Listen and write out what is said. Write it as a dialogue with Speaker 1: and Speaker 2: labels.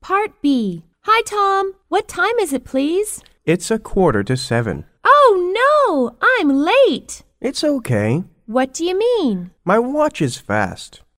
Speaker 1: Part B. Hi, Tom. What time is it, please?
Speaker 2: It's a quarter to seven.
Speaker 1: Oh, no! I'm late!
Speaker 2: It's okay.
Speaker 1: What do you mean?
Speaker 2: My watch is fast.